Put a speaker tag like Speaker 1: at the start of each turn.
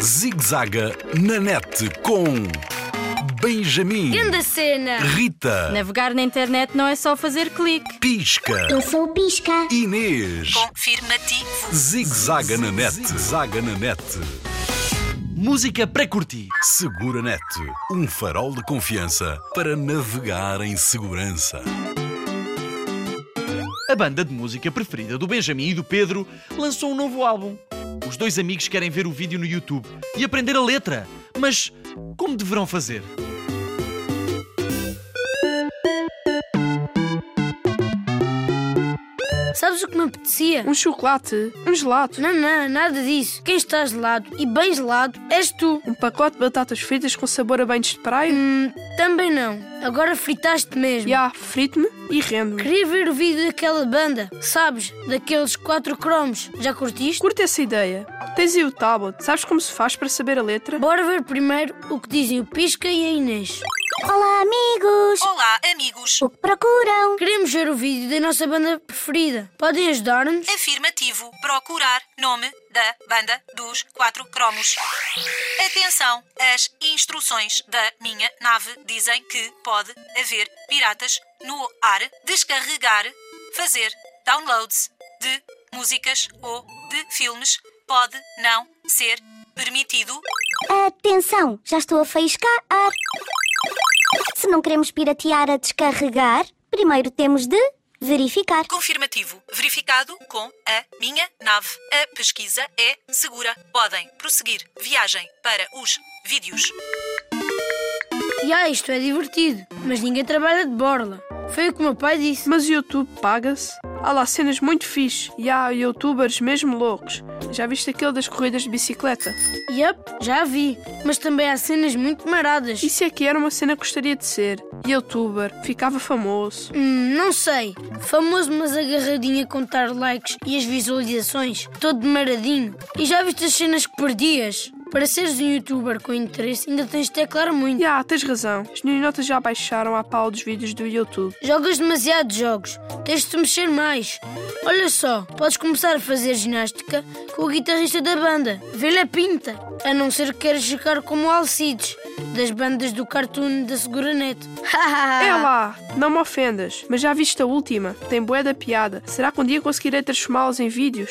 Speaker 1: Zigzaga na net com Benjamin,
Speaker 2: Grande cena!
Speaker 1: Rita,
Speaker 3: Navegar na internet não é só fazer clique.
Speaker 1: Pisca,
Speaker 4: Eu sou o Pisca.
Speaker 1: Inês.
Speaker 5: Confirmativo.
Speaker 1: Zigzaga na net, zaga na net.
Speaker 6: Música para curtir.
Speaker 1: Segura net, um farol de confiança para navegar em segurança.
Speaker 6: A banda de música preferida do Benjamin e do Pedro lançou um novo álbum. Os dois amigos querem ver o vídeo no YouTube e aprender a letra. Mas como deverão fazer?
Speaker 2: Sabes o que me apetecia?
Speaker 7: Um chocolate, um gelato,
Speaker 2: Não, não, nada disso. Quem está gelado e bem gelado és tu.
Speaker 7: um pacote de batatas fritas com sabor a banhos de praia.
Speaker 2: Hum, também não. Agora fritaste mesmo.
Speaker 7: E há frito-me e rendo-me.
Speaker 2: Queria ver o vídeo daquela banda, sabes? Daqueles quatro cromos. Já curtiste?
Speaker 7: Curto essa ideia. Tens aí o tablet. Sabes como se faz para saber a letra?
Speaker 2: Bora ver primeiro o que dizem o Pisca e a Inês.
Speaker 4: Olá, amigos.
Speaker 5: Olá, amigos.
Speaker 4: O que procuram?
Speaker 2: Queremos ver o vídeo da nossa banda preferida. Podem ajudar-nos?
Speaker 5: Afirmativo. Procurar nome da banda dos quatro cromos. Atenção, as instruções da minha nave dizem que pode haver piratas no ar, descarregar, fazer downloads de músicas ou de filmes pode não ser permitido.
Speaker 4: Atenção, já estou a faiscar. Se não queremos piratear a descarregar, primeiro temos de verificar.
Speaker 5: Confirmativo. Verificado com a minha nave. A pesquisa é segura. Podem prosseguir viagem para os vídeos.
Speaker 2: E ah, isto é divertido, mas ninguém trabalha de borla. Foi o que o meu pai disse.
Speaker 7: Mas o YouTube paga-se. Há lá cenas muito fixe. E há youtubers mesmo loucos. Já viste aquele das corridas de bicicleta?
Speaker 2: Yup, já vi. Mas também há cenas muito maradas.
Speaker 7: Isso é que era uma cena que gostaria de ser. Youtuber. Ficava famoso.
Speaker 2: Hum, não sei. Famoso, mas agarradinho a contar likes e as visualizações. Todo maradinho. E já viste as cenas que perdias? Para seres um youtuber com interesse, ainda tens de teclar muito.
Speaker 7: E há, tens razão. As minhas notas já baixaram à pau dos vídeos do YouTube.
Speaker 2: Jogas demasiados jogos, tens de te mexer mais. Olha só, podes começar a fazer ginástica com o guitarrista da banda, Vila Pinta. A não ser que queiras ficar como o Alcides, das bandas do cartoon da Seguranet.
Speaker 7: É lá, não me ofendas, mas já viste a última? Tem bué da piada. Será que um dia conseguirei transformá-los em vídeos?